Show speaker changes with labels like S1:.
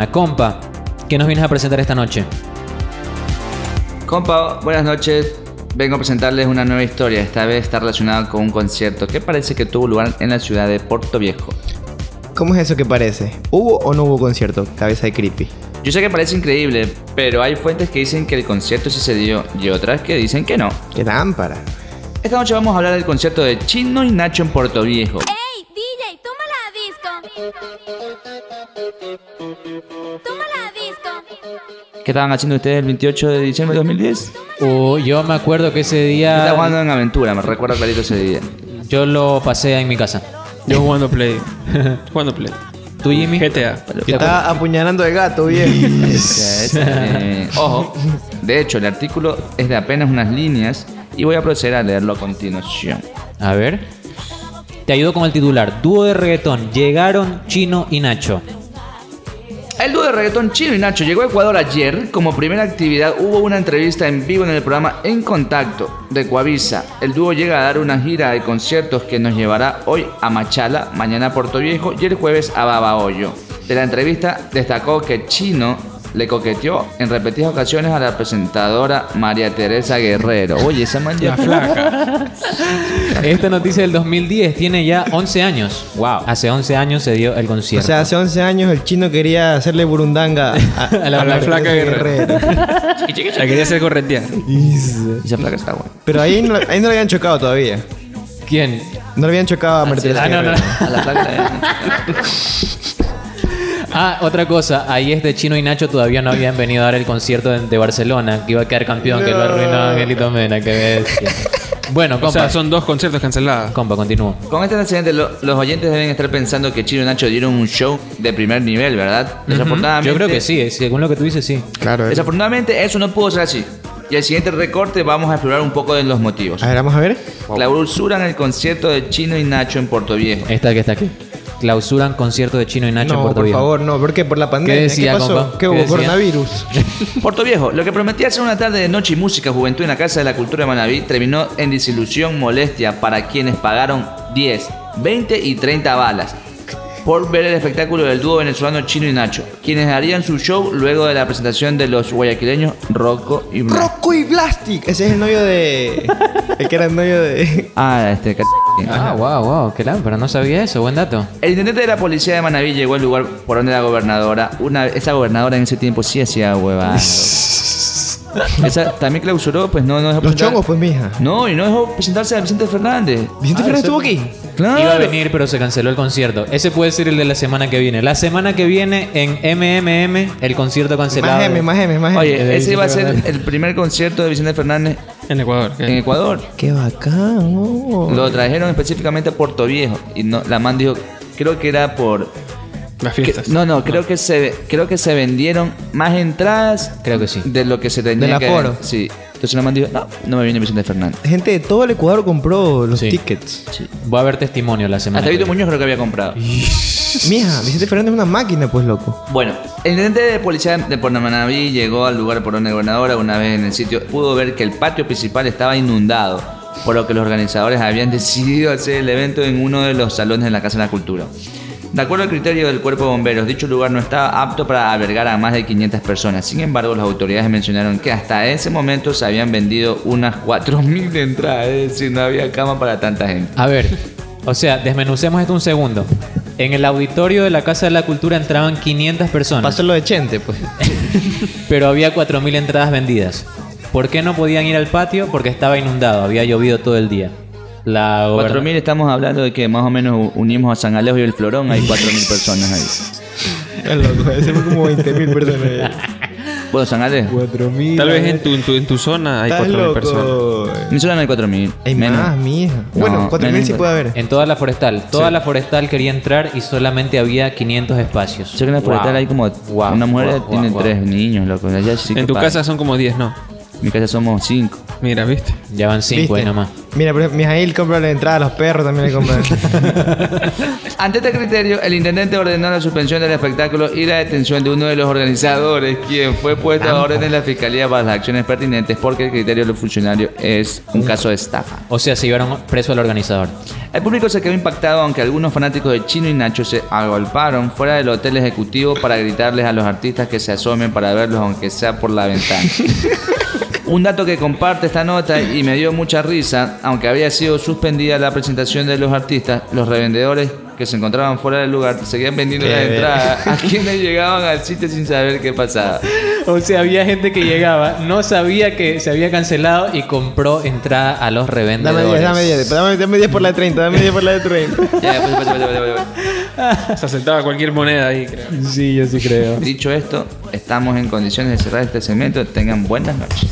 S1: Ah, Compa, ¿qué nos vienes a presentar esta noche?
S2: Compa, buenas noches. Vengo a presentarles una nueva historia. Esta vez está relacionada con un concierto que parece que tuvo lugar en la ciudad de Puerto Viejo.
S3: ¿Cómo es eso que parece? ¿Hubo o no hubo concierto? Cabeza de creepy.
S2: Yo sé que parece increíble, pero hay fuentes que dicen que el concierto sí se dio y otras que dicen que no.
S3: ¡Qué lámpara!
S2: Esta noche vamos a hablar del concierto de Chino y Nacho en Puerto Viejo.
S4: ¡Ey, DJ, toma la disco! ¡Toma la disco!
S2: ¿Qué estaban haciendo ustedes el 28 de diciembre de 2010?
S1: Uh, yo me acuerdo que ese
S2: Estaba
S1: día
S2: jugando en aventura, me recuerdo clarito ese día.
S1: yo lo pasé en mi casa.
S5: Yo jugando Play. jugando Play.
S1: ¿Tú, Jimmy?
S5: GTA.
S3: Que está apuñalando el gato, bien.
S2: Eh, ojo, de hecho, el artículo es de apenas unas líneas y voy a proceder a leerlo a continuación.
S1: A ver. Te ayudo con el titular. Dúo de reggaetón. Llegaron Chino y Nacho.
S2: El dúo de reggaetón Chino y Nacho llegó a Ecuador ayer. Como primera actividad hubo una entrevista en vivo en el programa En Contacto de Coavisa. El dúo llega a dar una gira de conciertos que nos llevará hoy a Machala, mañana a Puerto Viejo y el jueves a Babahoyo. De la entrevista destacó que Chino le coqueteó en repetidas ocasiones a la presentadora María Teresa Guerrero. Oye, esa man ya-
S5: La flaca.
S1: Esta noticia del 2010 tiene ya 11 años. Wow. Hace 11 años se dio el
S3: O
S1: concierto.
S3: sea, hace 11 años el chino quería hacerle burundanga a,
S1: A la-
S5: a la flaca
S3: guerrera.
S5: La quería hacer corretear.
S2: Esa placa está buena.
S3: Pero ahí no, ahí no le habían chocado todavía.
S1: ¿Quién?
S3: No le habían chocado a Mercedes.
S1: Ah, no, no.
S3: Guerrero.
S2: A la placa está bien.
S1: Ah, otra cosa. Ahí este Chino y Nacho todavía no habían venido a dar el concierto de, de Barcelona. Que iba a quedar campeón, que lo arruinó Angelito Mena. Qué bestia. Bueno, compa.
S5: O sea, son dos conciertos cancelados.
S1: Compa, continúo.
S2: Con este antecedente, lo- los oyentes deben estar pensando que Chino y Nacho dieron un show de primer nivel, ¿verdad? Desafortunadamente,
S1: Yo creo que sí, eh, según lo que tú dices, sí.
S3: Claro. A ver,
S2: Desafortunadamente, eso no pudo ser así. Y al siguiente recorte vamos a explorar un poco de los motivos.
S3: vamos a ver.
S2: Clausuran el concierto de Chino y Nacho en Puerto Viejo.
S1: Esta que está aquí. Clausuran concierto de Chino y Nacho en
S3: no,
S1: Puerto
S3: por
S1: Viejo.
S3: favor, no. ¿Por qué? Por la pandemia.
S1: decía,
S3: pasó?
S1: compa?
S3: ¿Qué
S1: ¿Qué
S3: hubo?
S1: decía?
S3: Coronavirus.
S2: Puerto Viejo, lo que prometía ser una tarde de noche y música, juventud en la Casa de la Cultura de Manaví, terminó en disilusión, molestia para quienes pagaron 10, 20 y 30 balas por ver el espectáculo del dúo venezolano Chino y Nacho, quienes harían su show luego de la presentación de los guayaquileños Rocco y
S1: Mm.
S2: Blanco.
S3: Rocco y Blastic. Ese es el novio de. El que era el novio de.
S2: Ah, este c-
S1: Ah, wow, wow, qué lámpara, no sabía eso, buen dato.
S2: El intendente de la policía de Manaví llegó al lugar por donde la gobernadora, una, esa gobernadora en ese tiempo sí hacía huevadas. esa también clausuró, pues no, no dejó
S3: Los
S2: presentar-
S3: chongos, pues, mija.
S1: Ah,
S2: No, y no dejó presentarse a Vicente Fernández.
S3: ¿Vicente Fernández estuvo aquí?
S2: Claro.
S1: Iba a venir, pero se canceló el concierto. Ese puede ser el de la semana que viene. La semana que viene en MMM, el concierto cancelado.
S3: Más M, más M, más M.
S2: Oye, ese iba a ser
S1: Fernández.
S2: el primer concierto de Vicente Fernández
S5: En Ecuador. ¿qué?
S2: en Ecuador.
S3: Qué bacán. oh.
S2: Lo trajeron específicamente a Puerto Viejo. Y no, la man dijo, creo que era por.
S5: Las
S2: que-
S5: fiestas.
S2: no, no, creo que se creo que se vendieron más entradas
S1: Creo que sí.
S2: de lo que se tenía.
S3: Del
S2: que-
S3: aforo.
S2: Sí. Entonces la man dijo, no, no me viene Vicente Fernández.
S3: Gente de todo el Ecuador compró los
S1: Sí.
S3: tickets.
S1: Va a haber testimonio la semana.
S2: Hasta
S1: que
S2: Vito
S1: viene.
S2: Muñoz creo que había comprado.
S3: Mija, Vicente Fernández es una máquina, pues, loco.
S2: Bueno, el intendente de policía de Pornamanaví llegó al lugar por donde gobernadora una vez en el sitio pudo ver que el patio principal estaba inundado, por lo que los organizadores habían decidido hacer el evento en uno de los salones de la Casa de la Cultura. De acuerdo al criterio del cuerpo de bomberos, dicho lugar no estaba apto para albergar a más de 500 personas. Sin embargo, las autoridades mencionaron que hasta ese momento se habían vendido unas 4.000 entradas, es decir, no había cama para tanta gente.
S1: A ver, o sea, desmenucemos esto un segundo. En el auditorio de la Casa de la Cultura entraban 500 personas,
S3: Pasó lo de Chente, pues.
S1: pero había 4.000 entradas vendidas. ¿Por qué no podían ir al patio? Porque estaba inundado, había llovido todo el día. La goberna-
S2: 4.000 estamos hablando de que más o menos unimos a San Alejo y el Florón, hay 4.000 personas ahí.
S3: El Ah, loco, ese fue como 20 mil personas.
S2: Bueno, San Alex,
S3: 4 mil.
S5: Tal vez en tu, en tu, en tu zona hay
S3: Estás
S5: 4.000 personas.
S3: loco.
S2: me suena el 4000.
S3: Hay
S2: menos.
S3: más, mija.
S2: No,
S3: bueno, 4 mil
S2: menos.
S3: sí puede haber.
S1: En toda la forestal. Toda la forestal quería entrar y solamente había 500 espacios.
S2: Sé que en la forestal hay como.
S1: Wow,
S2: una mujer
S1: wow,
S2: tiene
S1: wow,
S2: tres niños, loco. Allá sí que
S5: En tu
S2: paga.
S5: casa son como 10, ¿no?
S2: En mi casa somos cinco.
S5: Mira, ¿viste?
S1: Ya van cinco ahí pues, nomás.
S3: Mira, por ejemplo, Mijail compra la entrada, los perros también le compran.
S2: Ante este criterio, el intendente ordenó la suspensión del espectáculo y la detención de uno de los organizadores, quien fue puesto a orden de la fiscalía para las acciones pertinentes porque el criterio del funcionario es un caso de estafa.
S1: O sea, se llevaron preso al organizador.
S2: El público se quedó impactado, aunque algunos fanáticos de Chino y Nacho se agolparon fuera del hotel ejecutivo para gritarles a los artistas que se asomen para verlos, aunque sea por la ventana. Un dato que comparte esta nota y me dio mucha risa, aunque había sido suspendida la presentación de los artistas, los revendedores que se encontraban fuera del lugar seguían vendiendo
S3: Qué
S2: las
S3: bien.
S2: entradas a quienes llegaban al sitio sin saber qué pasaba.
S1: O sea, había gente que llegaba, no sabía que se había cancelado y compró entrada a los
S3: Dame
S1: revendedores.
S3: 10, dame 10, dame, dame 10 por la de 30, dame 10 por la de 30.
S2: Ya, pues, pues, pues, pues, pues, pues.
S5: Se aceptaba cualquier moneda ahí, creo.
S1: Sí, yo sí creo.
S2: pues. Dicho esto, estamos en condiciones de cerrar este segmento. Tengan buenas noches.